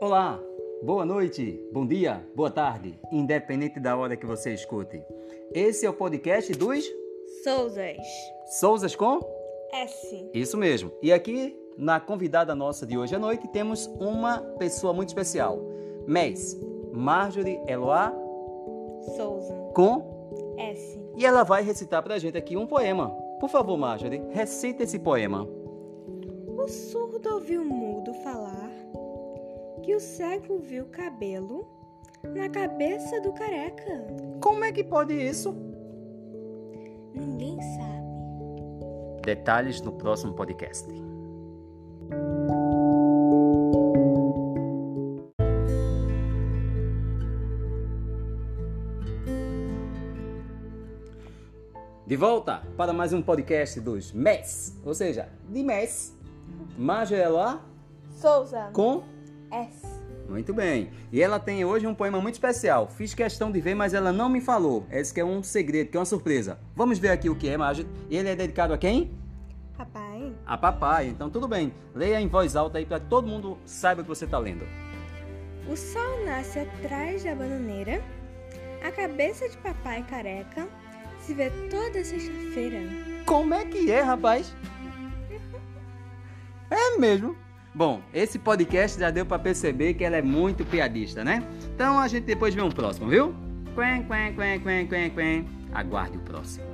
Olá, boa noite, bom dia, boa tarde, independente da hora que você escute. Esse é o podcast dos Souzas. Souzas com? S. Isso mesmo. E aqui, na convidada nossa de hoje à noite, temos uma pessoa muito especial. Mês, Marjorie Eloá Souza. com. S. E ela vai recitar pra gente aqui um poema. Por favor, Marjorie, recita esse poema. O surdo ouviu o mudo falar que o cego viu cabelo na cabeça do careca. Como é que pode isso? Ninguém sabe. Detalhes no próximo podcast. De volta para mais um podcast dos MES, ou seja, de MES. Magela Souza. com. S. Muito bem. E ela tem hoje um poema muito especial. Fiz questão de ver, mas ela não me falou. Esse que é um segredo, que é uma surpresa. Vamos ver aqui o que é, Magela. Ele é dedicado a quem? Papai, a papai. Então tudo bem, leia em voz alta aí para todo mundo saiba o que você está lendo. o sol nasce atrás da bananeira. A cabeça de papai careca se vê toda sexta-feira. Como é que é, rapaz? É mesmo. Bom, esse podcast já deu para perceber que ela é muito piadista, né? Então a gente depois vê um próximo, viu? Quen, quen, quen, quen, quen, quen. Aguarde o próximo.